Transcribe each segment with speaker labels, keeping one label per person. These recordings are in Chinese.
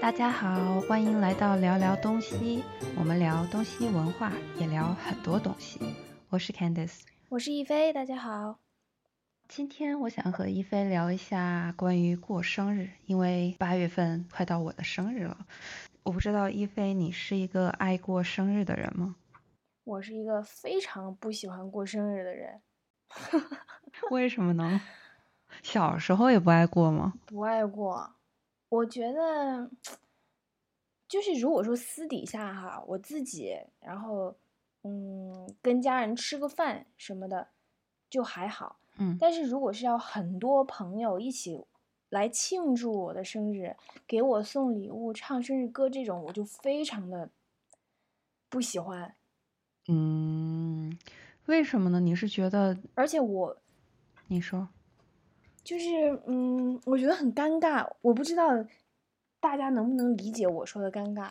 Speaker 1: 大家好，欢迎来到聊聊东西，我们聊东西文化，也聊很多东西。我是 Candice，
Speaker 2: 我是一菲，大家好。
Speaker 1: 今天我想和一菲聊一下关于过生日，因为八月份快到我的生日了。我不知道一菲，你是一个爱过生日的人吗？
Speaker 2: 我是一个非常不喜欢过生日的人，
Speaker 1: 为什么呢？小时候也不爱过吗？
Speaker 2: 不爱过。我觉得，就是如果说私底下哈，我自己，然后嗯，跟家人吃个饭什么的，就还好。
Speaker 1: 嗯，
Speaker 2: 但是如果是要很多朋友一起来庆祝我的生日，给我送礼物、唱生日歌这种，我就非常的不喜欢。
Speaker 1: 嗯，为什么呢？你是觉得
Speaker 2: 而且我
Speaker 1: 你说
Speaker 2: 就是嗯，我觉得很尴尬，我不知道大家能不能理解我说的尴尬。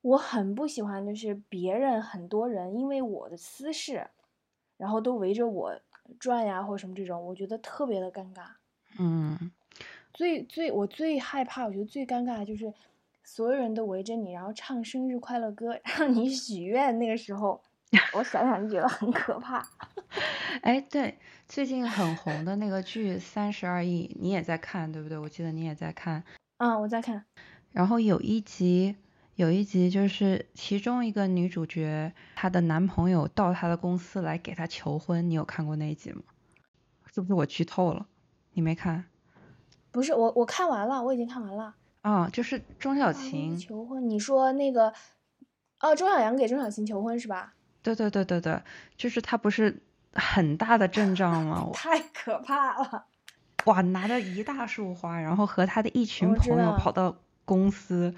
Speaker 2: 我很不喜欢，就是别人很多人因为我的私事，然后都围着我转呀或什么这种，我觉得特别的尴尬。
Speaker 1: 嗯
Speaker 2: 最最我最害怕，我觉得最尴尬的就是所有人都围着你，然后唱生日快乐歌， 让你许愿。那个时候，我想想就觉得很可怕。
Speaker 1: 哎，对，最近很红的那个剧《三十而已》，你也在看，对不对？我记得你也在看。
Speaker 2: 嗯，我再看，
Speaker 1: 然后有一集，有一集就是其中一个女主角，她的男朋友到她的公司来给她求婚，你有看过那一集吗？是不是我剧透了？你没看
Speaker 2: 不是我我看完了，我已经看完了。
Speaker 1: 啊？就是钟晓
Speaker 2: 啊那个
Speaker 1: 芹，
Speaker 2: 求婚，你说那个，哦，钟晓阳给钟晓芹求婚是吧？
Speaker 1: 对对对对对，就是她不是很大的阵仗吗？我
Speaker 2: 太可怕了！
Speaker 1: 哇，拿着一大束花，然后和他的一群
Speaker 2: 我哦知
Speaker 1: 朋友
Speaker 2: 道
Speaker 1: 跑到公司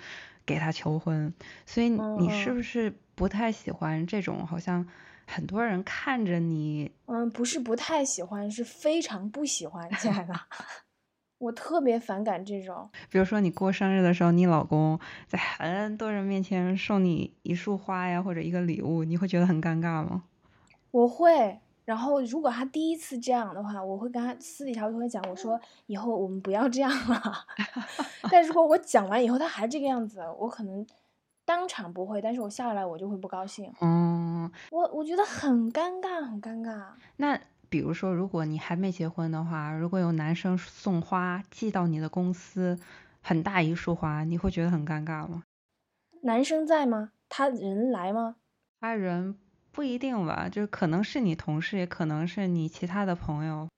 Speaker 1: 给他求婚，所以你你是
Speaker 2: 嗯嗯
Speaker 1: 不是不太喜欢这种好像很多人看着你？
Speaker 2: 嗯，不是不太喜欢，是非常不喜欢，亲爱的， 我特别反感这种。
Speaker 1: 比如说你过生日的时候，你老公在很多人面前送你一束花呀，或者一个礼物，你会觉得很尴尬吗？
Speaker 2: 我会，然后如果他第一次这样的话，我会跟他私底下我就会讲，我说以后我们不要这样了。 但如果我讲完以后他还这个样子，我可能当场不会，但是我下来我就会不高兴，
Speaker 1: 嗯，
Speaker 2: 我我觉得很尴尬，很尴尬。
Speaker 1: 那比如说如果你还没结婚的话，如果有男生送花寄到你的公司，很大一束花，你会觉得很尴尬吗？
Speaker 2: 男生在吗？他人来吗？
Speaker 1: 他人不一定吧，就是可能是你同事，也可能是你其他的朋友。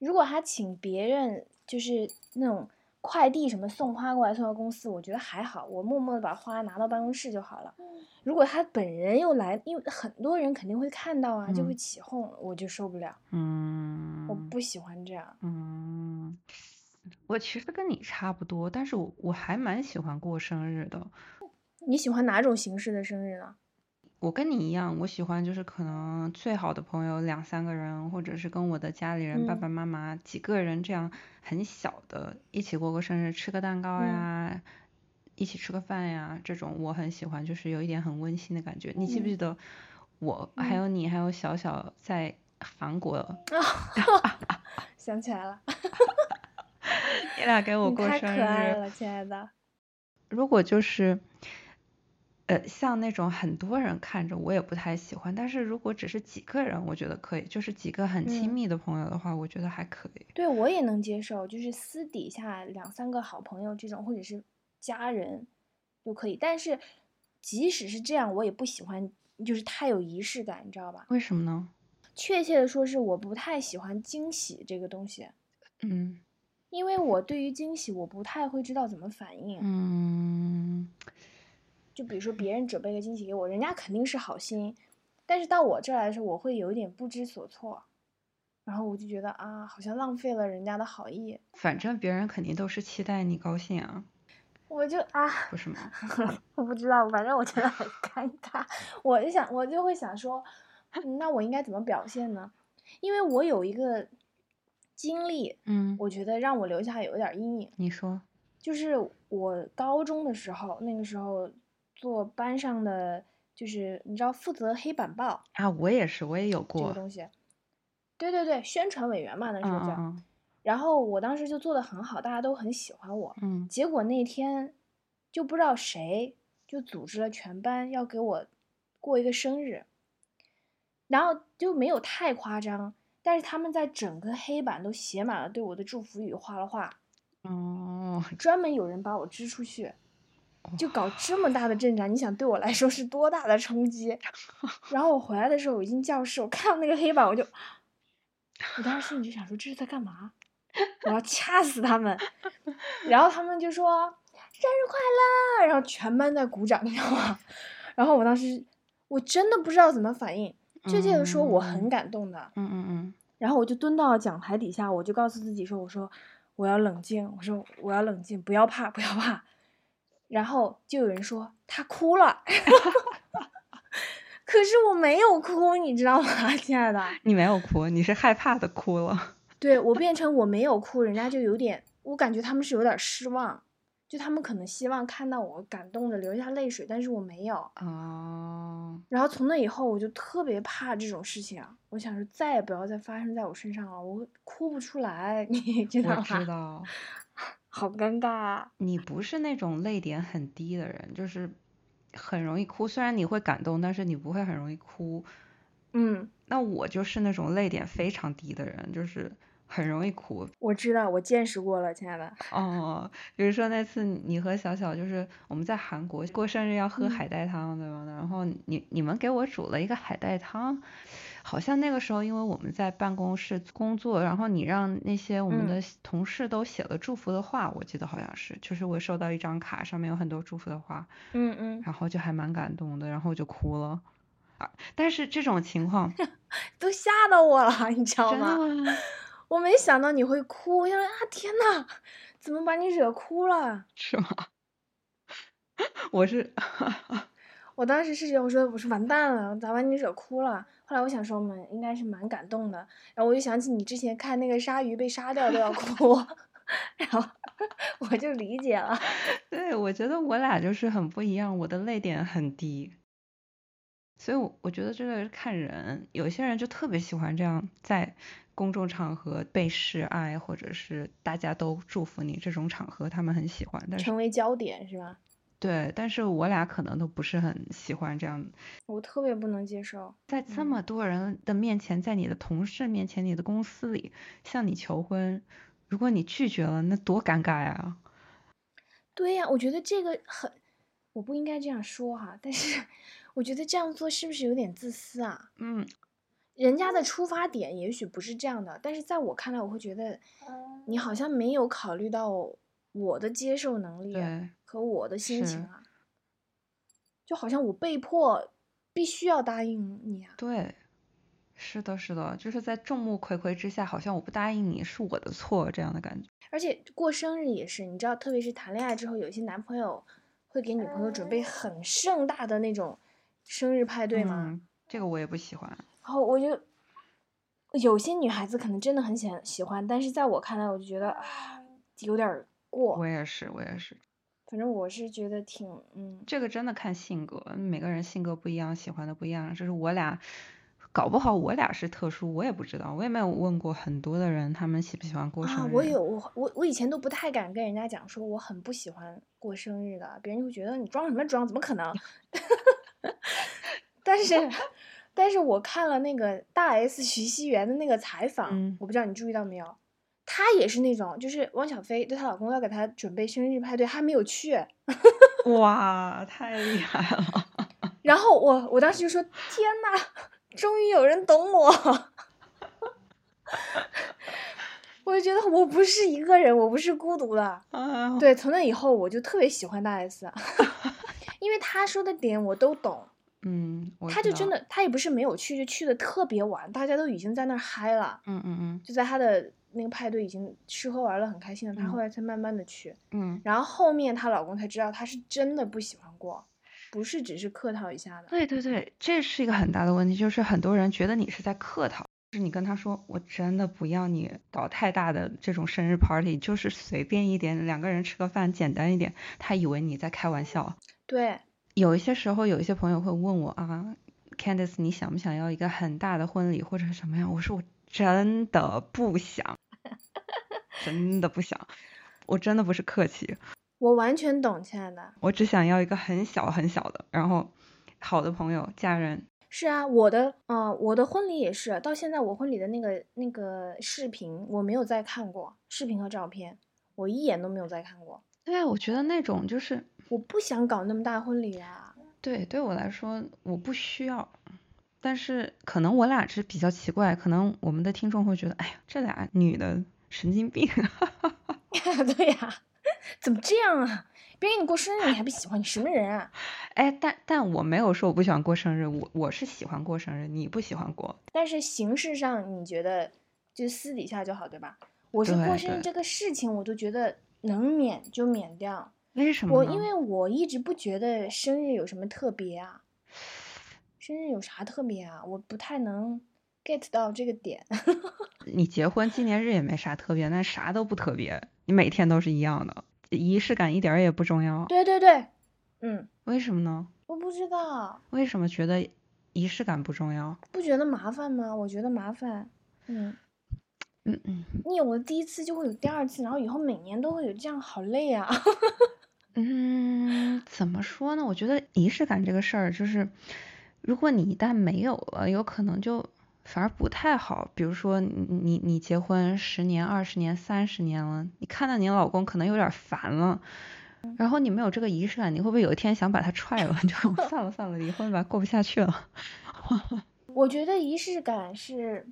Speaker 2: 如果他请别人，就是那种快递什么送花过来送到公司，我觉得还好，我默默的把花拿到办公室就好了。如果他本人又来，因为很多人肯定会看到啊，就
Speaker 1: 嗯
Speaker 2: 会起哄，我就受不了，我
Speaker 1: 嗯
Speaker 2: 不喜欢这样。
Speaker 1: 嗯，我其实跟你差不多，但是我我还蛮喜欢过生日的。
Speaker 2: 你喜欢哪种形式的生日呢？
Speaker 1: 我跟你一样，我喜欢就是可能最好的朋友两三个人，或者是跟我的家里人、爸
Speaker 2: 嗯
Speaker 1: 爸妈妈几个人这样很小的一起过个生日，吃个蛋糕
Speaker 2: 嗯
Speaker 1: 呀，一起吃个饭呀，这种我很喜欢，就是有一点很温馨的感觉。你记不
Speaker 2: 嗯
Speaker 1: 记得我还
Speaker 2: 嗯
Speaker 1: 有你还有小小在韩国，
Speaker 2: 想起来了，
Speaker 1: 你俩给我
Speaker 2: 你
Speaker 1: 哦过
Speaker 2: 太可
Speaker 1: 生
Speaker 2: 爱
Speaker 1: 日？
Speaker 2: 了，亲爱的。
Speaker 1: 如果就是。呃，像那种很多人看着我也不太喜欢，但是如果只是几个人，我觉得可以，就是几个很亲
Speaker 2: 嗯
Speaker 1: 密的朋友的话，我觉得还可以。
Speaker 2: 对我也能接受，就是私底下两三个好朋友这种，或者是家人都可以。但是即使是这样，我也不喜欢，就是太有仪式感，你知道吧？
Speaker 1: 为什么呢？
Speaker 2: 确切的说，是我不太喜欢惊喜这个东西，
Speaker 1: 嗯
Speaker 2: 因为我对于惊喜，我不太会知道怎么反应。
Speaker 1: 嗯
Speaker 2: 就比如说别人准备个惊喜给我，人家肯定是好心，但是到我这儿来的时候，我会有一点不知所措，然后我就觉得啊，好像浪费了人家的好意，
Speaker 1: 反正别人肯定都是期待你高兴啊，
Speaker 2: 我就啊。
Speaker 1: 不是吗？
Speaker 2: 我不知道，反正我觉得很尴尬。我就想，我就会想说，嗯那我应该怎么表现呢？因为我有一个经历，
Speaker 1: 嗯，
Speaker 2: 我觉得让我留下有点儿阴影。
Speaker 1: 你说，
Speaker 2: 就是我高中的时候，那个时候做班上的，就是你知道负责黑板报
Speaker 1: 啊，我也是，我也有
Speaker 2: 这
Speaker 1: 过
Speaker 2: 个。东西，对对对，宣传委员嘛，那时候
Speaker 1: 嗯
Speaker 2: 叫。
Speaker 1: 嗯
Speaker 2: 然后我当时就做的很好，大家都很喜欢我。
Speaker 1: 嗯
Speaker 2: 结果那天就不知道谁就组织了全班要给我过一个生日，然后就没有太夸张，但是他们在整个黑板都写满了对我的祝福语，画了画，
Speaker 1: 哦，
Speaker 2: 专门有人把我支出去，就搞这么大的阵仗，你想对我来说是多大的冲击？然后我回来的时候，我一进教室，我看到那个黑板，我就，我当时心里就想说这是在干嘛？我要掐死他们！然后他们就说生日快乐，然后全班在鼓掌，你知道吗？ 然后我当时我真的不知道怎么反应，确切的说我很感动的。
Speaker 1: 嗯嗯嗯，
Speaker 2: 然后我就蹲到讲台底下，我就告诉自己说：“我说我要冷静，我说我要冷静，不要怕，不要怕。”然后就有人说他哭了， 可是我没有哭，你知道吗，亲爱 的？
Speaker 1: 你没有哭，你是害怕的哭 了。
Speaker 2: 对我变成我没有哭，人家就有点，我感觉他们是有点失望，就他们可能希望看到我感动的流下泪水，但是我没有。
Speaker 1: 哦，
Speaker 2: 然后从那以后，我就特别怕这种事情，我想说再也不要再发生在我身上了，我哭不出来，你知道
Speaker 1: 我
Speaker 2: 吗？
Speaker 1: 知道，
Speaker 2: 好尴尬啊！
Speaker 1: 你不是那种泪点很低的人，就是很容易哭。虽然你会感动，但是你不会很容易哭。
Speaker 2: 嗯，
Speaker 1: 那我就是那种泪点非常低的人，就是很容易哭。
Speaker 2: 我知道，我见识过了，亲爱的。
Speaker 1: 哦，比如说那次你你和小小就是我们在韩国过生日要喝
Speaker 2: 嗯
Speaker 1: 海带汤，对吗？然后你你们给我煮了一个海带汤，好像那个时候因为我们在办公室工作，然后你让那些我们的同事都写了祝福的话，我记得好像是，就是我收到一张卡，上面有很多祝福的话，
Speaker 2: 嗯嗯，
Speaker 1: 然后就还蛮感动的，然后我就哭了。啊，但是这种情况
Speaker 2: 都吓到我了，你知道
Speaker 1: 真的
Speaker 2: 吗？
Speaker 1: 吗？
Speaker 2: 我没想到你会哭，我想说啊，天呐，怎么把你惹哭了？
Speaker 1: 是吗？ 我是
Speaker 2: 我当时是觉得，我说我说完蛋了，咋把你惹哭了？后来我想说，我们应该是蛮感动的。然后我就想起你之前看那个鲨鱼被杀掉都要哭， 然后 我就理解了。
Speaker 1: 对，我觉得我俩就是很不一样，我的泪点很低，所以我，我觉得这个看人，有些人就特别喜欢这样在公众场合被示爱，或者是大家都祝福你这种场合，他们很喜欢。但是，
Speaker 2: 成为焦点是吧？
Speaker 1: 对，但是我俩可能都不是很喜欢这样，
Speaker 2: 我特别不能接受。
Speaker 1: 在这
Speaker 2: 嗯
Speaker 1: 么多人的面前，在你的同事面前、你的公司里向你求婚，如果你拒绝了，那多尴尬呀！
Speaker 2: 对呀、我觉得这个很，我不应该这样说哈、但是我觉得这样做是不是有点自私啊？
Speaker 1: 嗯，
Speaker 2: 人家的出发点也许不是这样的，但是在我看来，我会觉得
Speaker 1: 嗯
Speaker 2: 你好像没有考虑到我的接受能力啊
Speaker 1: 对。
Speaker 2: 和我的心情
Speaker 1: 是
Speaker 2: 啊，就好像我被迫必须要答应你啊。
Speaker 1: 对，是的，是的，就是在众目睽睽之下，好像我不答应你是我的错这样的感觉。
Speaker 2: 而且过生日也是，你知道，特别是谈恋爱之后，有一些男朋友会给女朋友准
Speaker 1: 嗯
Speaker 2: 备很盛大的那种生日派对嘛。
Speaker 1: 嗯，这个我也不喜欢。
Speaker 2: 然后我就有些女孩子可能真的很喜喜欢，但是在我看来，我就觉得啊有点儿
Speaker 1: 我
Speaker 2: 过。
Speaker 1: 也是，我也是。
Speaker 2: 反正我是觉得挺嗯，
Speaker 1: 这个真的看性格，每个人性格不一样，喜欢的不一样。就是我俩，搞不好我俩是特殊，我也不知道，我也没有问过很多的人，他们喜不喜欢过生
Speaker 2: 啊
Speaker 1: 日。，
Speaker 2: 我有我我我以前都不太敢跟人家讲说我很不喜欢过生日的，别人就会觉得你装什么装，怎么可能？ 但 是，但是我看了那个大 S 徐熙媛的那个采访，
Speaker 1: 嗯
Speaker 2: 我不知道你注意到没有，她也是那种，就是汪小菲对她老公要给她准备生日派对，她没有去，
Speaker 1: 哇，太厉害了！
Speaker 2: 然后我我当时就说：“天呐，终于有人懂我！” 我就觉得我不是一个人，我不是孤独的。
Speaker 1: 哎呦，
Speaker 2: 对，从那以后我就特别喜欢大 S，因为他说的点我都懂。
Speaker 1: 嗯，我
Speaker 2: 他
Speaker 1: 知
Speaker 2: 就真
Speaker 1: 道，
Speaker 2: 的，他也不是没有去，就去的特别晚，大家都已经在那儿嗨了，
Speaker 1: 嗯嗯
Speaker 2: 就在他的那个派对已经吃喝玩乐很开心了。他
Speaker 1: 嗯
Speaker 2: 后来才慢慢的去，
Speaker 1: 嗯嗯，
Speaker 2: 然后后面她老公才知道她是真的不喜欢过，不是只是客套一下的。
Speaker 1: 对对对，这是一个很大的问题，就是很多人觉得你是在客套，就是你跟他说我真的不要你搞太大的这种生日 party，就是随便一点，两个人吃个饭简单一点，他以为你在开玩笑。
Speaker 2: 对，
Speaker 1: 有一些时候，有一些朋友会问我啊，Candice，你想不想要一个很大的婚礼或者是什么样？我说我真的不想，真的不想，我真的不是客气。
Speaker 2: 我完全懂，亲爱的。
Speaker 1: 我只想要一个很小很小的，然后好的朋友、家人，
Speaker 2: 是啊，我的啊、我的婚礼也是，到现在我婚礼的那个那个视频我没有再看过，视频和照片，我一眼都没有再看过。
Speaker 1: 对啊，我觉得那种就是
Speaker 2: 我不想搞那么大婚礼啊。
Speaker 1: 对对我来说我不需要，但是可能我俩是比较奇怪，可能我们的听众会觉得，哎呀，这俩女的神经病，啊
Speaker 2: 对呀、 怎么这样啊？别人给你过生日你还不喜欢，你什么人啊？
Speaker 1: 哎，但但我没有说我不喜欢过生日，我我是喜欢过生日，你不喜欢过，
Speaker 2: 但是形式上你觉得就私底下就好，对吧？我是
Speaker 1: 对
Speaker 2: 过生日
Speaker 1: 对
Speaker 2: 这个事情，我都觉得能免就免掉。
Speaker 1: 为什么
Speaker 2: 我
Speaker 1: 呢？
Speaker 2: 因为我一直不觉得生日有什么特别啊，生日有啥特别啊？我不太能 get 到这个点。
Speaker 1: 你结婚纪念日也没啥特别，那啥都不特别，你每天都是一样的，仪式感一点儿也不重要。
Speaker 2: 对对对，嗯，
Speaker 1: 为什么呢？
Speaker 2: 我不知道，
Speaker 1: 为什么觉得仪式感不重要？
Speaker 2: 不觉得麻烦吗？我觉得麻烦。嗯，
Speaker 1: 嗯嗯
Speaker 2: 你有了第一次就会有第二次，然后以后每年都会有，这样好累啊。
Speaker 1: 嗯，怎么说呢？我觉得仪式感这个事儿，就是如果你一旦没有了，有可能就反而不太好。比如说你你你结婚十年、二十年、三十年了，你看到你老公可能有点儿烦了。然后你没有这个仪式感，你会不会有一天想把他踹了？ 就算了算了，离婚吧，过不下去了。
Speaker 2: 我觉得仪式感是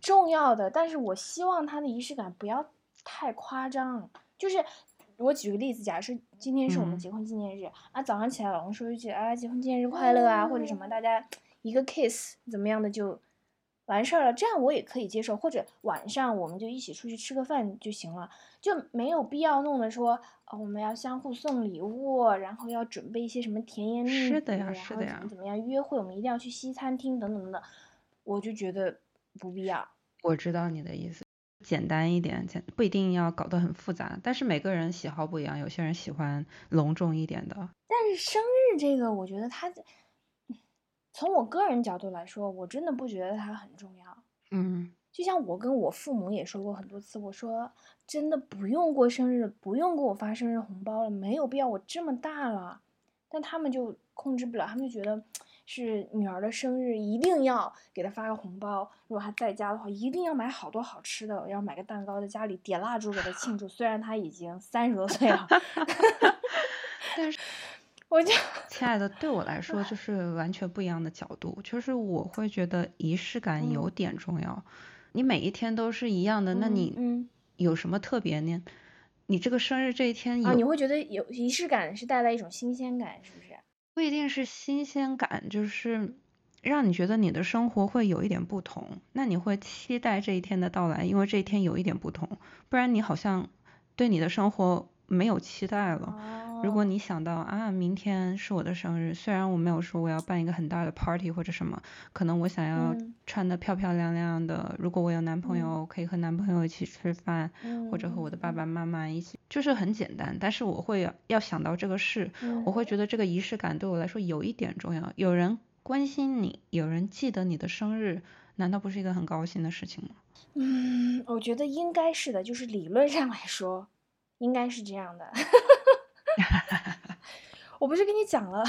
Speaker 2: 重要的，但是我希望它的仪式感不要太夸张。就是我举个例子，假设今天是我们
Speaker 1: 嗯
Speaker 2: 结婚纪念日、啊，早上起来老公说一句啊结婚纪念日快乐啊，或者什么，大家一个 kiss 怎么样的就完事儿了，这样我也可以接受。或者晚上我们就一起出去吃个饭就行了，就没有必要弄得说、啊我们要相互送礼物，然后要准备一些什么甜言蜜语，
Speaker 1: 是的呀
Speaker 2: 然
Speaker 1: 是
Speaker 2: 后
Speaker 1: 的
Speaker 2: 怎么
Speaker 1: 呀
Speaker 2: 怎么样约会，我们一定要去西餐厅等等等等，我就觉得不必要。
Speaker 1: 我知道你的意思，简单一点，简不一定要搞得很复杂，但是每个人喜好不一样，有些人喜欢隆重一点的。
Speaker 2: 但是生日这个，我觉得它从我个人角度来说，我真的不觉得它很重要。
Speaker 1: 嗯，
Speaker 2: 就像我跟我父母也说过很多次，我说真的不用过生日，不用给我发生日红包了，没有必要，我这么大了。但他们就控制不了，他们就觉得是女儿的生日一定要给她发个红包，如果她在家的话，一定要买好多好吃的，要买个蛋糕，在家里点蜡烛给她庆祝。虽然她已经三十多岁了， 但是 我就
Speaker 1: 亲爱的，对我来说就是完全不一样的角度，就是我会觉得仪式感有
Speaker 2: 嗯
Speaker 1: 点重要。你每一天都是一样的，那
Speaker 2: 嗯
Speaker 1: 你
Speaker 2: 嗯
Speaker 1: 有什么特别呢？你这个生日这一天有、
Speaker 2: 啊，你会觉得有仪式感是带来一种新鲜感，是不是？
Speaker 1: 不一定是新鲜感，就是让你觉得你的生活会有一点不同，那你会期待这一天的到来，因为这一天有一点不同，不然你好像对你的生活没有期待了。
Speaker 2: 哦，
Speaker 1: 嗯如果你想到啊，明天是我的生日，虽然我没有说我要办一个很大的 party 或者什么，可能我想要
Speaker 2: 嗯
Speaker 1: 穿的漂漂亮亮的，如果我有男朋
Speaker 2: 嗯
Speaker 1: 友，我可以和男朋友一起吃饭，或者和我的爸
Speaker 2: 嗯
Speaker 1: 爸妈妈一起，就是很简单，但是我会要想到这个事，
Speaker 2: 嗯，
Speaker 1: 我会觉得这个仪式感对我来说有一点重要，有人关心你，有人记得你的生日，难道不是一个很高兴的事情吗？
Speaker 2: 嗯，我觉得应该是的，就是理论上来说，应该是这样的。 我不是跟你讲了，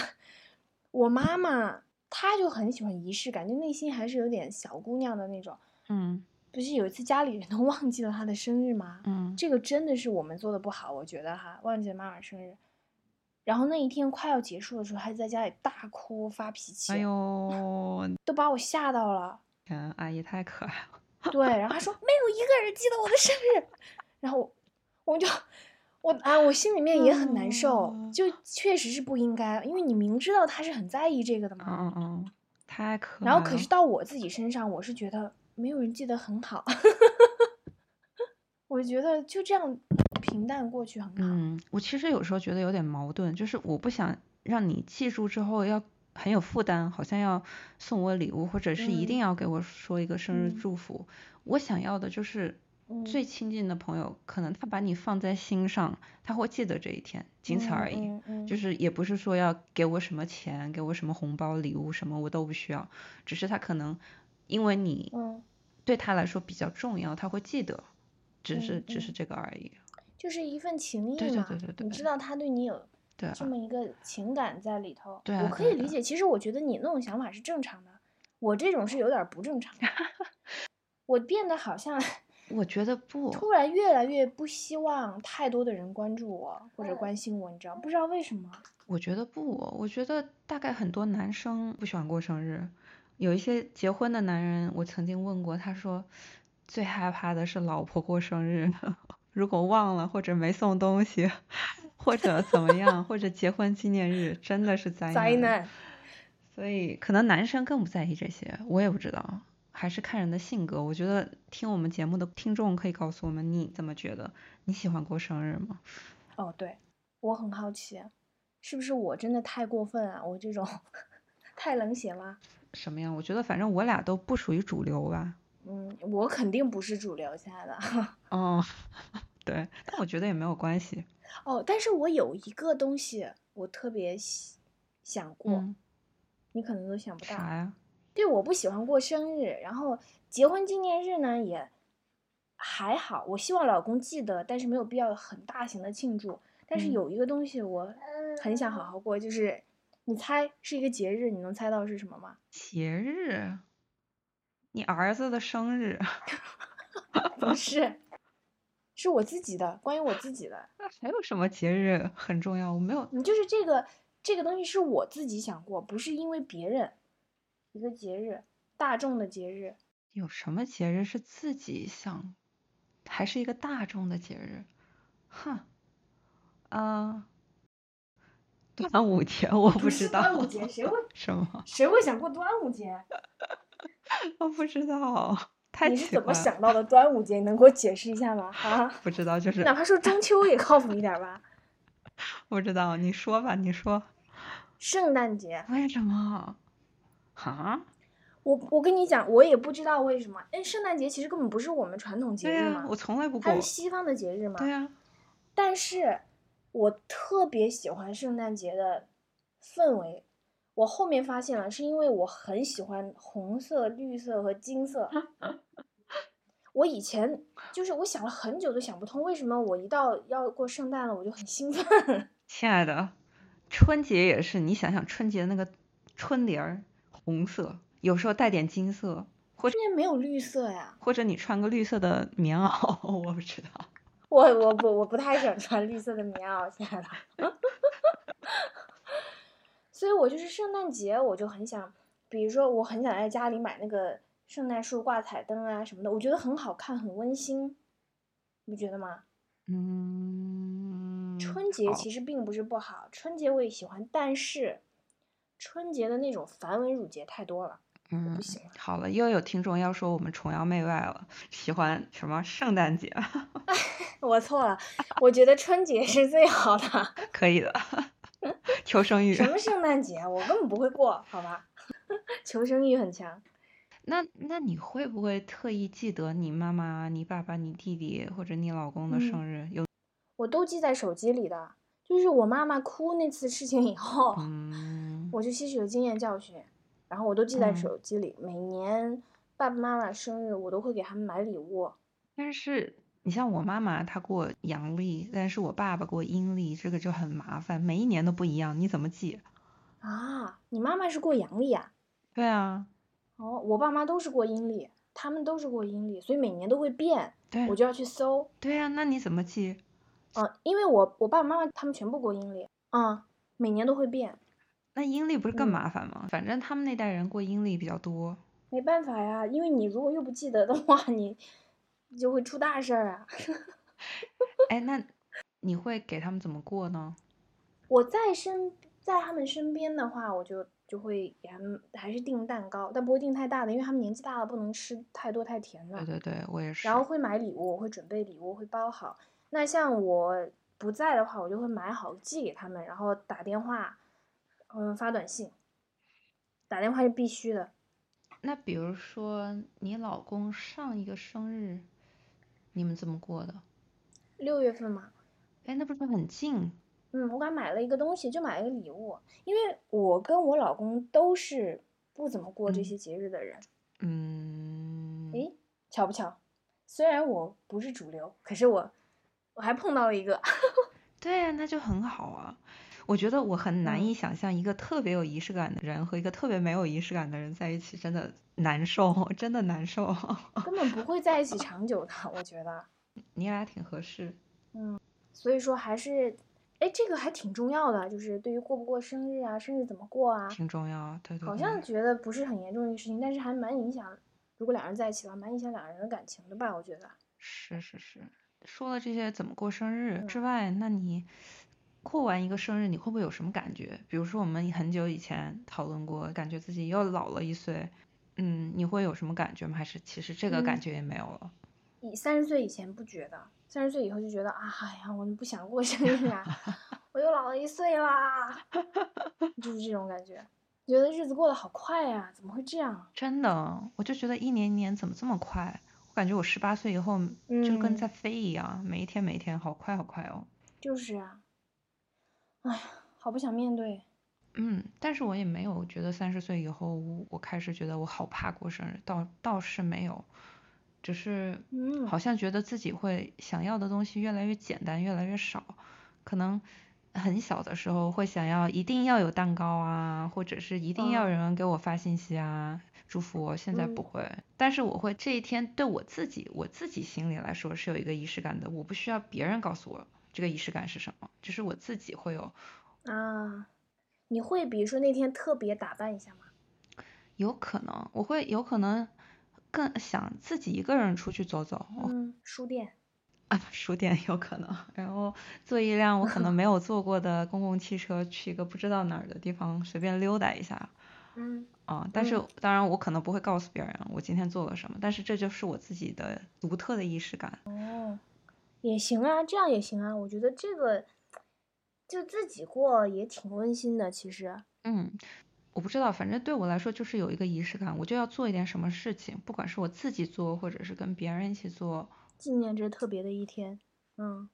Speaker 2: 我妈妈她就很喜欢仪式感，就内心还是有点小姑娘的那种。
Speaker 1: 嗯
Speaker 2: 不是有一次家里人都 忘记了她的生日吗？
Speaker 1: 嗯，
Speaker 2: 这个真的是我们做的不好，我觉得哈，忘记了妈妈生日。然后那一天快要结束的时候，还在家里大哭发脾气，
Speaker 1: 哎呦，
Speaker 2: 都把我吓到了。
Speaker 1: 天，阿姨太可爱了，
Speaker 2: 对，然后他说没有一个人记得我的生日，然后我我就我啊，我心里面也很难受，
Speaker 1: 嗯
Speaker 2: 就确实是不应该，因为你明知道他是很在意这个的嘛。
Speaker 1: 嗯嗯嗯，太可爱了。
Speaker 2: 然后可是到我自己身上，我是觉得没有人记得很好， 我觉得就这样平淡过去很好。
Speaker 1: 嗯，我其实有时候觉得有点矛盾，就是我不想让你记住之后要很有负担，好像要送我礼物，或者是一定
Speaker 2: 嗯
Speaker 1: 要给我说一个生日
Speaker 2: 嗯
Speaker 1: 祝福。我想要的就是
Speaker 2: 嗯
Speaker 1: 最亲近的朋友，可能他把你放在心上，他会记得这一天，仅此而已。
Speaker 2: 嗯嗯
Speaker 1: 就是也不是说要给我什么钱，给我什么红包、礼物什么，我都不需要，只是他可能因为你
Speaker 2: 嗯，
Speaker 1: 对他来说比较重要，他会记得，只是只
Speaker 2: 嗯
Speaker 1: 是这个而已。
Speaker 2: 就是一份情谊嘛，
Speaker 1: 对对对对对
Speaker 2: 你知道他对你有
Speaker 1: 对啊
Speaker 2: 这，么一个情感在里头，
Speaker 1: 对啊
Speaker 2: 我
Speaker 1: 对
Speaker 2: 可以
Speaker 1: 啊
Speaker 2: 理
Speaker 1: 对啊
Speaker 2: 解。其实我觉得你那种想法是正常的，我这种是有点儿不正常 的。我变得好像
Speaker 1: 我觉得不，
Speaker 2: 突然越来越不希望太多的人关注我或者关心我，你知道？不知道为什么。
Speaker 1: 我觉得不，我觉得大概很多男生不喜欢过生日，有一些结婚的男人，我曾经问过，他说最害怕的是老婆过生日， 如果忘了或者没送东西，或者怎么样，或者结婚纪念日，真的是灾
Speaker 2: 灾难，
Speaker 1: 所以可能男生更不在意这些，我也不知道，还是看人的性格。我觉得听我们节目的听众可以告诉我们，你怎么觉得？你喜欢过生日吗？
Speaker 2: 哦，对，我很好奇，是不是我真的太过分啊？我这种 太冷血吗？
Speaker 1: 什么样？我觉得反正我俩都不属于主流吧。
Speaker 2: 嗯，我肯定不是主流下的。
Speaker 1: 哦， 对，但我觉得也没有关系。
Speaker 2: 哦，但是我有一个东西我特别喜想过，
Speaker 1: 嗯，
Speaker 2: 你可能都想不到。
Speaker 1: 啥呀？
Speaker 2: 对，我不喜欢过生日，然后结婚纪念日呢也还好，我希望老公记得，但是没有必要很大型的庆祝。但是
Speaker 1: 嗯
Speaker 2: 有一个东西我很想好好过，就是你猜是一个节日，你能猜到是什 么吗？
Speaker 1: 节日？你儿子的生日？
Speaker 2: 不是，是我自己的，关于我自己的。
Speaker 1: 那还有什么节日很重要？我没有。
Speaker 2: 你就是这个这个东西是我自己想过，不是因为别人一个节日，大众的节日。
Speaker 1: 有什么节日是自己想，还是一个大众的节日？哼，啊、端午节我不知
Speaker 2: 是
Speaker 1: 道。
Speaker 2: 端午节，谁会
Speaker 1: 什么？
Speaker 2: 谁会想过端午节？
Speaker 1: 我不知道， 太
Speaker 2: 你
Speaker 1: 奇
Speaker 2: 是怎
Speaker 1: 怪了
Speaker 2: 么想到的端午节？你能给我解释一下吗？啊，
Speaker 1: 不知道，就是
Speaker 2: 哪怕说中秋也靠谱一点吧。
Speaker 1: 不知道。你说吧，你说
Speaker 2: 圣诞节，
Speaker 1: 为什么？哈？
Speaker 2: 我我跟你讲，我也不知道为什么。哎，圣诞节其实根本不是我们传统节
Speaker 1: 对
Speaker 2: 日
Speaker 1: 呀、
Speaker 2: 嘛，
Speaker 1: 我从来不过
Speaker 2: 啊它是。西方的节日嘛。
Speaker 1: 对啊呀、
Speaker 2: 但是我特别喜欢圣诞节的氛围。我后面发现了，是因为我很喜欢红色、绿色和金色。我以前就是我想了很久都想不通，为什么我一到要过圣诞了，我就很兴奋。
Speaker 1: 亲爱的，春节也是，你想想春节那个春联儿，红色，有时候带点金色，
Speaker 2: 中间没有绿色呀，
Speaker 1: 或者你穿个绿色的棉袄， 我不知道。
Speaker 2: 我我不我不太喜欢穿绿色的棉袄，亲爱的。 所以我就是圣诞节，我就很想，比如说我很想在家里买那个圣诞树挂彩灯啊什么的，我觉得很好看，很温馨，你不觉得吗？
Speaker 1: 嗯，
Speaker 2: 春节
Speaker 1: 好
Speaker 2: 其实并不是不好，春节我也喜欢，但是春节的那种繁文缛节太多了，
Speaker 1: 嗯
Speaker 2: 不喜欢。
Speaker 1: 好了，又有听众要说我们崇洋媚外了，喜欢什么圣诞节， 啊
Speaker 2: 我错了，我觉得春节是最好的。
Speaker 1: 可以的， 求生欲
Speaker 2: 什。么圣诞节？我根本不会过，好吧？ 求生欲很强。
Speaker 1: 那那你会不会特意记得你妈妈、你爸爸、你弟弟或者你老公的
Speaker 2: 嗯
Speaker 1: 生日？有
Speaker 2: 我都记在手机里的。就是我妈妈哭那次事情以后，
Speaker 1: 嗯，
Speaker 2: 我就吸取了经验教训，然后我都记在
Speaker 1: 嗯
Speaker 2: 手机里。每年爸爸妈妈生日，我都会给他们买礼物。
Speaker 1: 但是你像我妈妈，她过阳历，但是我爸爸过阴历，这个就很麻烦，每一年都不一样，你怎么记？
Speaker 2: 啊，你妈妈是过阳历啊？
Speaker 1: 对啊，
Speaker 2: 哦，我爸妈都是过阴历，他们都是过阴历，所以每年都会变，
Speaker 1: 对
Speaker 2: 我就要去搜。
Speaker 1: 对啊，那你怎么记？
Speaker 2: 嗯，因为我我爸爸妈妈他们全部过阴历，嗯，每年都会变，
Speaker 1: 那阴历不是更
Speaker 2: 嗯
Speaker 1: 麻烦吗？反正他们那代人过阴历比较多。
Speaker 2: 没办法呀，因为你如果又不记得的话，你你就会出大事儿啊。
Speaker 1: 哎，那你会给他们怎么过呢？
Speaker 2: 我在身在他们身边的话，我就就会给他们还是订蛋糕，但不会订太大的，因为他们年纪大了，不能吃太多太甜的
Speaker 1: 对。对对，我也是。
Speaker 2: 啊然后会买礼物，我会准备礼物，会包好。那像我不在的话，我就会买好寄给他们，然后打电话，嗯，发短信。打电话是必须的，
Speaker 1: 那比如说你老公上一个生日，你们怎么过的？
Speaker 2: 六月份嘛，
Speaker 1: 哎，那不是很近？
Speaker 2: 嗯，我给他买了一个东西，就买了一个礼物，因为我跟我老公都是不怎么过这
Speaker 1: 嗯
Speaker 2: 些节日的人。
Speaker 1: 嗯，
Speaker 2: 诶，巧不巧？虽然我不是主流，可是我我还碰到了一 个，
Speaker 1: 对呀、那就很好啊。我觉得我很难以
Speaker 2: 嗯
Speaker 1: 想象一个特别有仪式感的人和一个特别没有仪式感的人在一起，真的难受，真的难受。
Speaker 2: 根本不会在一起长久的，我觉得。
Speaker 1: 你俩挺合适，
Speaker 2: 所以说还是，哎，这个还挺重要的，就是对于过不过生日啊，生日怎么过啊，
Speaker 1: 挺重要啊。对对对，
Speaker 2: 好像觉得不是很严重的一个事情，但是还蛮影响，如果两人在一起的话，蛮影响两人的感情的吧，我觉得。
Speaker 1: 是是是。说了这些怎么过生日
Speaker 2: 嗯
Speaker 1: 之外，那你过完一个生日，你会不会有什么感觉？比如说我们很久以前讨论过，感觉自己又老了一岁，嗯，你会有什么感觉吗？还是其实这个感
Speaker 2: 嗯
Speaker 1: 觉也没有了？
Speaker 2: 以三十岁以前不觉得，三十岁以后就觉得啊，哎呀，我们不想过生日啦， 我又老了一 岁啦，就是这种感觉，觉得日子过得好快呀、怎么会这样？啊
Speaker 1: 真的，我就觉得一年一年怎么这么快？我感觉我十八岁以后就跟
Speaker 2: 嗯
Speaker 1: 在飞一样，每一天每一天，好快好快哦。
Speaker 2: 就是啊，哎呀，好不想面对。
Speaker 1: 嗯，但是我也没有觉得三十岁以后我开始觉得我好怕过生日，倒倒是没有，只是
Speaker 2: 嗯
Speaker 1: 好像觉得自己会想要的东西越来越简单，越来越少。可能很小的时候会想要一定要有蛋糕啊，或者是一定要有
Speaker 2: 哦
Speaker 1: 人给我发信息啊，祝福我。现在不
Speaker 2: 嗯
Speaker 1: 会，但是我会这一天对我自己，我自己心里来说是有一个仪式感的，我不需要别人告诉我这个仪式感是什么，只是我自己会有。
Speaker 2: 啊，你会比如说那天特别打扮一下吗？
Speaker 1: 有可能，我会有可能更想自己一个人出去走走，我
Speaker 2: 嗯，书店。
Speaker 1: 啊，数点有可能，然后坐一辆我可能没有坐过的公共汽车，去一个不知道哪儿的地方随便溜达一下
Speaker 2: 嗯
Speaker 1: 啊。但是
Speaker 2: 嗯
Speaker 1: 当然我可能不会告诉别人啊我今天做了什么，但是这就是我自己的独特的仪式感。
Speaker 2: 哦，也行啊，这样也行啊，我觉得这个就自己过也挺温馨的，其实。
Speaker 1: 嗯，我不知道，反正对我来说就是有一个仪式感，我就要做一点什么事情，不管是我自己做，或者是跟别人一起做，
Speaker 2: 纪念这特别的一天。嗯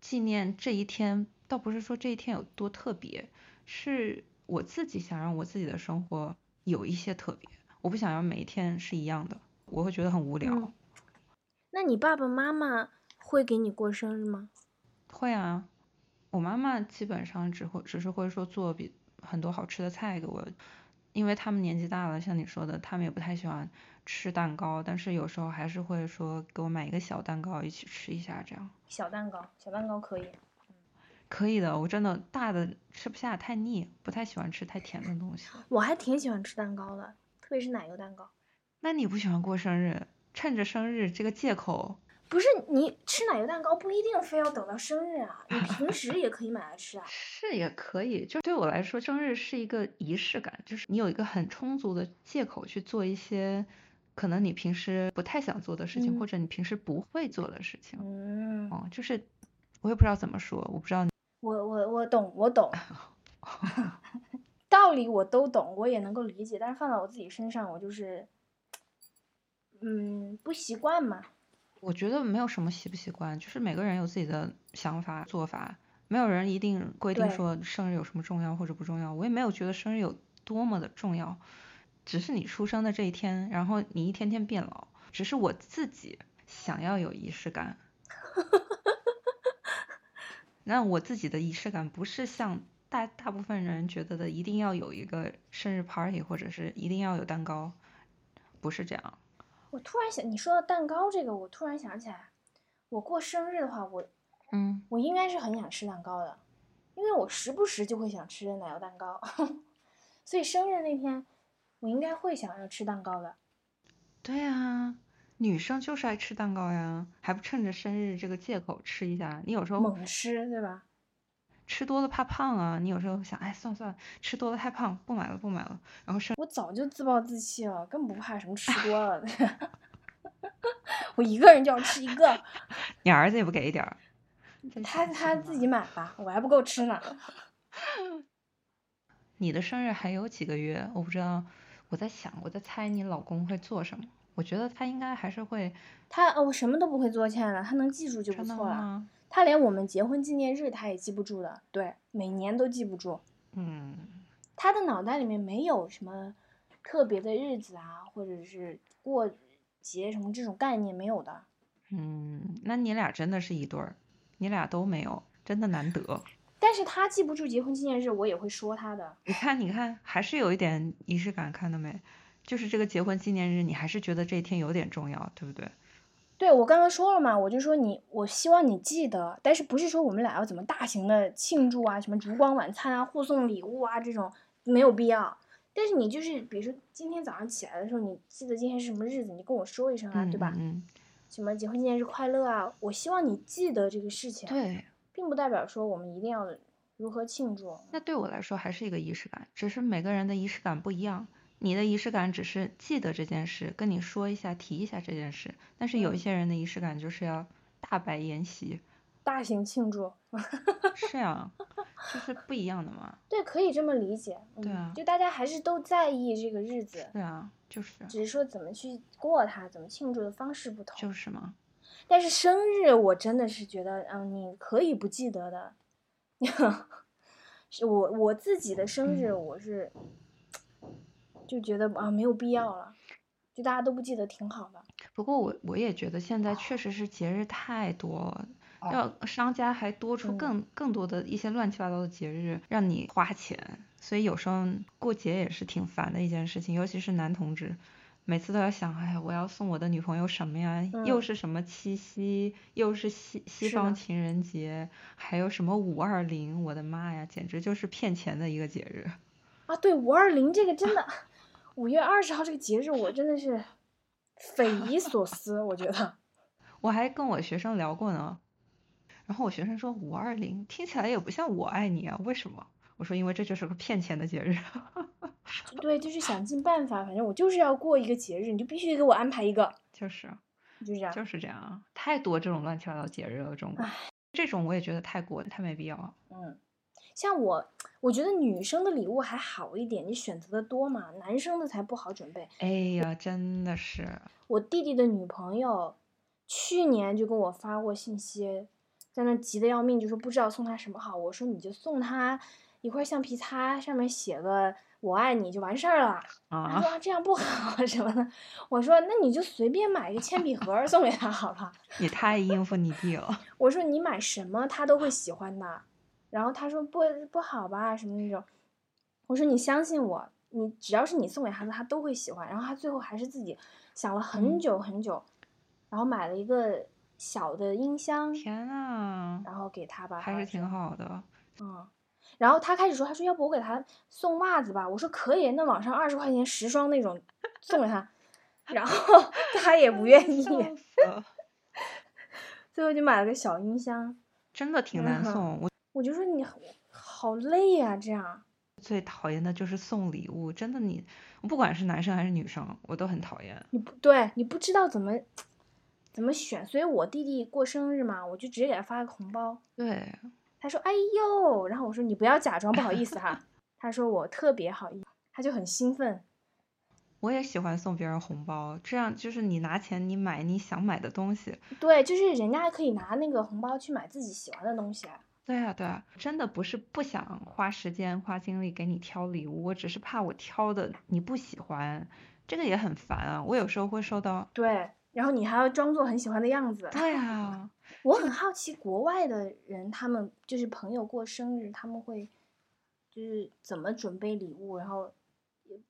Speaker 1: 纪念这一天，倒不是说这一天有多特别，是我自己想让我自己的生活有一些特别，我不想要每一天是一样的，我会觉得很无聊。
Speaker 2: 嗯，那你爸爸妈妈会给你过生日吗？
Speaker 1: 会啊，我妈妈基本上只会只是会说做比很多好吃的菜给我，因为他们年纪大了，像你说的，他们也不太喜欢吃蛋糕，但是有时候还是会说给我买一个小蛋糕一起吃一下，这样
Speaker 2: 小蛋糕，小蛋糕可以。
Speaker 1: 可以的。我真的大的吃不下，太腻，不太喜欢吃太甜的东西。
Speaker 2: 我还挺喜欢吃蛋糕的，特别是奶油蛋糕。
Speaker 1: 那你不喜欢过生日，趁着生日这个借口，。
Speaker 2: 不是你吃奶油蛋糕不一定非要等到生日啊，你平时也可以买来吃啊
Speaker 1: 是也可以。就对我来说，生日是一个仪式感，就是你有一个很充足的借口去做一些可能你平时不太想做的事情，或
Speaker 2: 嗯
Speaker 1: 者你平时不会做的事情。
Speaker 2: 嗯，
Speaker 1: 哦，就是我也不知道怎么说，我不知道你。
Speaker 2: 我我我懂，我懂，道理我都懂，我也能够理解，但是放到我自己身上，我就是，嗯，不习惯嘛。
Speaker 1: 我觉得没有什么习不习惯，就是每个人有自己的想法做法，没有人一定规定
Speaker 2: 对
Speaker 1: 说生日有什么重要或者不重要。我也没有觉得生日有多么的重要，只是你出生的这一天，然后你一天天变老。只是我自己想要有仪式感，那我自己的仪式感不是像大大部分人觉得的一定要有一个生日 party 或者是一定要有蛋糕，不是这样。
Speaker 2: 我突然想，你说到蛋糕这个，我突然想起来，我过生日的话，我
Speaker 1: 嗯，
Speaker 2: 我应该是很想吃蛋糕的，因为我时不时就会想吃奶油蛋糕， 所以生日那天我应该会想要吃蛋糕的。
Speaker 1: 对啊，女生就是爱吃蛋糕呀，还不趁着生日这个借口吃一下？你有时候
Speaker 2: 猛吃，对吧？
Speaker 1: 吃多了怕胖啊，你有时候想，哎，算算，吃多了太胖，不买了，不买了。
Speaker 2: 我早就自暴自弃了，根本不怕什么吃多了。 我一个人就要吃一 个，
Speaker 1: 你儿子也不给一点儿，真
Speaker 2: 他
Speaker 1: 想
Speaker 2: 他
Speaker 1: 死
Speaker 2: 自
Speaker 1: 了
Speaker 2: 己。买吧，我还不够吃呢。
Speaker 1: 你的生日还有几个月，我不知道，我在想，我在猜你老公会做什么。我觉得他应该还是会，
Speaker 2: 他哦，我什么都不会做，亲爱的，他能记住就不
Speaker 1: 真的
Speaker 2: 错了。
Speaker 1: 吗？
Speaker 2: 他连我们结婚纪念日他也记不住的，对，每年都记不住。
Speaker 1: 嗯，
Speaker 2: 他的脑袋里面没有什么特别的日子啊，或者是过节什么这种概念没有的。
Speaker 1: 嗯，那你俩真的是一对儿，你俩都没有，真的难得。
Speaker 2: 但是他记不住结婚纪念日，我也会说他的。
Speaker 1: 你看，你看，还是有一点仪式感，看到没？就是这个结婚纪念日，你还是觉得这一天有点重要，对不对？
Speaker 2: 对我刚刚说了嘛，我就说你，我希望你记得，但是不是说我们俩要怎么大型的庆祝啊，什么烛光晚餐啊，互送礼物啊这种没有必要。但是你就是，比如说今天早上起来的时候，你记得今天是什么日子，你跟我说一声啊，
Speaker 1: 嗯
Speaker 2: 对吧？
Speaker 1: 嗯，
Speaker 2: 什么结婚纪念日快乐啊，我希望你记得这个事情，
Speaker 1: 嗯对。啊
Speaker 2: 并不代表说我们一定要如何庆祝。
Speaker 1: 那对我来说还是一个仪式感，只是每个人的仪式感不一样。你的仪式感只是记得这件事，跟你说一下、提一下这件事，但是有一
Speaker 2: 嗯
Speaker 1: 些人的仪式感就是要大摆宴 席，
Speaker 2: 大型庆祝，
Speaker 1: 是呀，就是不一样的嘛。
Speaker 2: 对，可以这么理解。嗯、
Speaker 1: 对啊
Speaker 2: 就大家还是都在意这个日子，
Speaker 1: 对啊，就是
Speaker 2: 只是说怎么去过它，怎么庆祝的方式不同。
Speaker 1: 就是嘛。
Speaker 2: 但是生日，我真的是觉得，嗯，你可以不记得的。 是我我自己的生日，我是就觉得啊，没有必要了，就大家都不记得，挺好的。
Speaker 1: 不过我我也觉得现在确实是节日太多了，要商家还多出
Speaker 2: 哦嗯
Speaker 1: 更更多的一些乱七八糟的节日让你花钱，所以有时候过节也是挺烦的一件事情，尤其是男同志，每次都要想，哎呀，我要送我的女朋友什么呀？又
Speaker 2: 嗯
Speaker 1: 是什么七夕，又是西西
Speaker 2: 是
Speaker 1: 方
Speaker 2: 的
Speaker 1: 情人节，还有什么五二零，我的妈呀，简直就是骗钱的一个节日。
Speaker 2: 啊，对，五二零这个真的，五月二十号这个节日，我真的是匪夷所思，我觉得。
Speaker 1: 我还跟我学生聊过呢，然后我学生说五二零听起来也不像我爱你啊，为什么？我说因为这就是个骗钱的节日。
Speaker 2: 对，就是想尽办法，反正我就是要过一个节日，你就必须给我安排一个，
Speaker 1: 就是
Speaker 2: 就这样。
Speaker 1: 就是这样啊，太多这种乱七八糟节日了，中国
Speaker 2: 唉
Speaker 1: 这种我也觉得太过太没必要了。
Speaker 2: 嗯，像我，我觉得女生的礼物还好一点，你选择的多嘛，男生的才不好准备。
Speaker 1: 哎呀，真的是，
Speaker 2: 我弟弟的女朋友去年就跟我发过信息，在那急得要命，就说不知道送他什么好。我说你就送他一块橡皮擦，上面写个“我爱你”就完事儿了。他
Speaker 1: 啊
Speaker 2: 说、，啊、这样不好什么的。我说那你就随便买一个铅笔盒儿送给他好了。
Speaker 1: 也太应付你弟了。
Speaker 2: 我说你买什么他都会喜欢的，然后他说不不好吧什么那种，我说你相信我，你只要是你送给他的他都会喜欢，然后他最后还是自己想了很
Speaker 1: 嗯
Speaker 2: 久很久，然后买了一个小的音箱，
Speaker 1: 天啊，
Speaker 2: 然后给他吧，
Speaker 1: 还
Speaker 2: 好
Speaker 1: 是
Speaker 2: 像
Speaker 1: 挺好的。
Speaker 2: 嗯。然后他开始说，他说要不我给他送袜子吧，我说可以，那网上二十块钱十双那种送给他， 然后他也不愿 意，
Speaker 1: 笑死了
Speaker 2: 最后就买了个小音箱，
Speaker 1: 真的挺难
Speaker 2: 嗯
Speaker 1: 送。我
Speaker 2: 我就说你好好累呀、这样。
Speaker 1: 最讨厌的就是送礼物，真的你，不管是男生还是女生，我都很讨厌。
Speaker 2: 你不对，你不知道怎么怎么选，所以我弟弟过生日嘛，我就直接给他发个红包。
Speaker 1: 对，
Speaker 2: 他说：“哎呦！”然后我说：“你不要假装不好意 思哈。”他说：“我特别好意。”他就很兴奋。
Speaker 1: 我也喜欢送别人红包，这样就是你拿钱你买你想买的东西。
Speaker 2: 对，就是人家还可以拿那个红包去买自己喜欢的东西。，
Speaker 1: 对啊，对啊，真的不是不想花时间花精力给你挑礼物，我只是怕我挑的你不喜欢，这个也很烦啊。我有时候会收到
Speaker 2: 对，然后你还要装作很喜欢的样子。
Speaker 1: 对啊，
Speaker 2: 我很好奇，国外的人他们就是朋友过生日，他们会就是怎么准备礼物，然后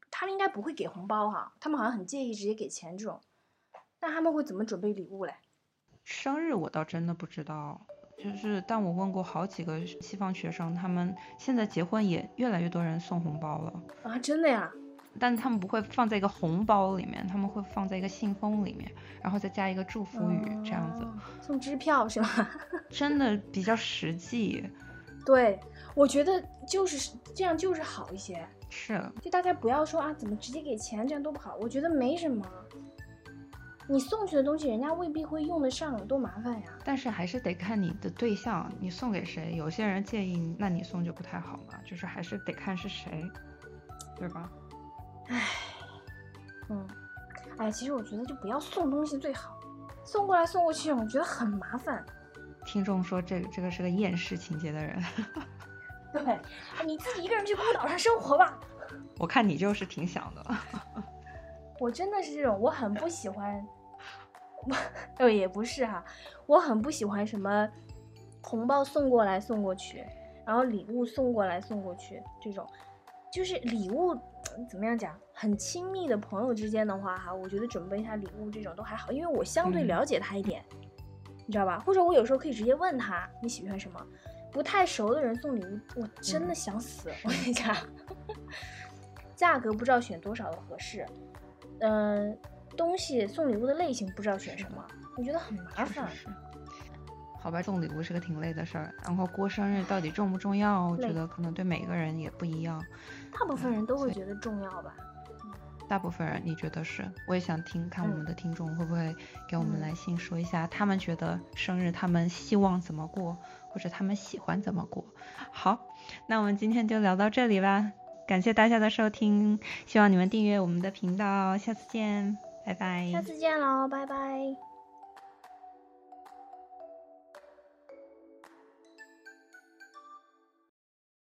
Speaker 2: 他们应该不会给红包哈，他们好像很介意直接给钱这种。那他们会怎么准备礼物嘞？
Speaker 1: 生日我倒真的不知道，就是但我问过好几个西方学生，他们现在结婚也越来越多人送红包了。
Speaker 2: 啊，真的呀？
Speaker 1: 但他们不会放在一个红包里面，他们会放在一个信封里面，然后再加一个祝福语这样子，
Speaker 2: 哦送支票是吗？
Speaker 1: 真的比较实际。
Speaker 2: 对，我觉得就是这样，就是好一些。
Speaker 1: 是，
Speaker 2: 就大家不要说啊，怎么直接给钱，这样多不好。我觉得没什么，你送去的东西人家未必会用得上，多麻烦呀。
Speaker 1: 但是还是得看你的对象，你送给谁。有些人介意，那你送就不太好嘛，就是还是得看是谁，对吧？
Speaker 2: 嗯，哎，其实我觉得就不要送东西最好，送过来送过去，我觉得很麻烦。
Speaker 1: 听众说这个这个是个厌世情节的人，
Speaker 2: 对，啊你自己一个人去孤岛上生活吧。
Speaker 1: 我看你就是挺想的。
Speaker 2: 我真的是这种，我很不喜 哦欢，我呃也不是哈、我很不喜欢什么红包送过来送过去，然后礼物送过来送过去，这种就是礼物嗯怎么样讲，很亲密的朋友之间的话哈，我觉得准备一下礼物这种都还好，因为我相对
Speaker 1: 嗯
Speaker 2: 了解他一点，你知道吧？或者我有时候可以直接问他你喜欢什么。不太熟的人送礼物，我真的
Speaker 1: 嗯
Speaker 2: 想死！我跟你讲， 价格不知道选多少的合适，嗯、东西送礼物的类型不知道选
Speaker 1: 是
Speaker 2: 什
Speaker 1: 的
Speaker 2: 么，我觉得很
Speaker 1: 是
Speaker 2: 麻烦。
Speaker 1: 是是。好吧，送礼物是个挺累的事儿，然后过生日到底重不重要？我觉
Speaker 2: 累
Speaker 1: 得可能对每个人也不一样。
Speaker 2: 大部分人都
Speaker 1: 所
Speaker 2: 会
Speaker 1: 以
Speaker 2: 觉得重要吧？
Speaker 1: 嗯大部分人你觉得是？我也想听看我们
Speaker 2: 嗯
Speaker 1: 的听众会不会给我们
Speaker 2: 嗯
Speaker 1: 来信说一下，他们觉得生日他们希望怎么过，或者他们喜欢怎么过。好，那我们今天就聊到这里啦，感谢大家的收听，希望你们订阅我们的频道，下次见，拜拜。
Speaker 2: 下次见喽，拜拜。